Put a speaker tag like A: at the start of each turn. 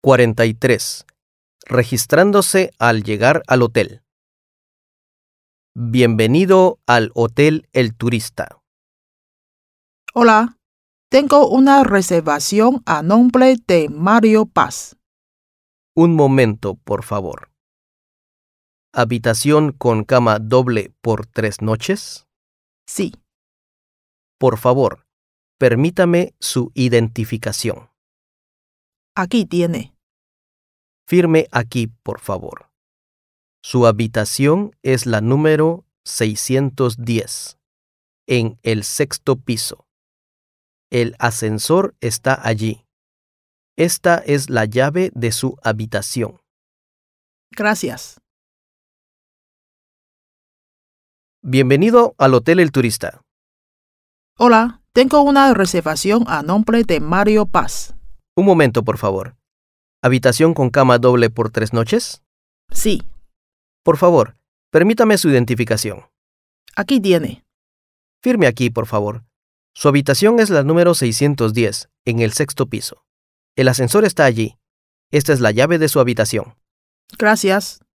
A: 43. Registrándose al llegar al hotel. Bienvenido al Hotel El Turista.
B: Hola, tengo una reservación a nombre de Mario Paz.
A: Un momento, por favor. Habitación con cama doble por tres noches.
B: Sí,
A: Por favor, permítame su identificación.
B: aquí tiene.
A: Firme aquí, por favor. Su habitación es la número 610, en el sexto piso. El ascensor está allí. Esta es la llave de su habitación.
B: Gracias.
A: Bienvenido al Hotel El Turista.
B: Hola, tengo una reservación a nombre de Mario Paz.
A: Un momento, por favor. ¿Habitación con cama doble por tres noches?
B: Sí,
A: Por favor, permítame su identificación.
B: aquí tiene.
A: Firme aquí, por favor. Su habitación es la número 610, en el sexto piso. El ascensor está allí. Esta es la llave de su habitación.
B: Gracias.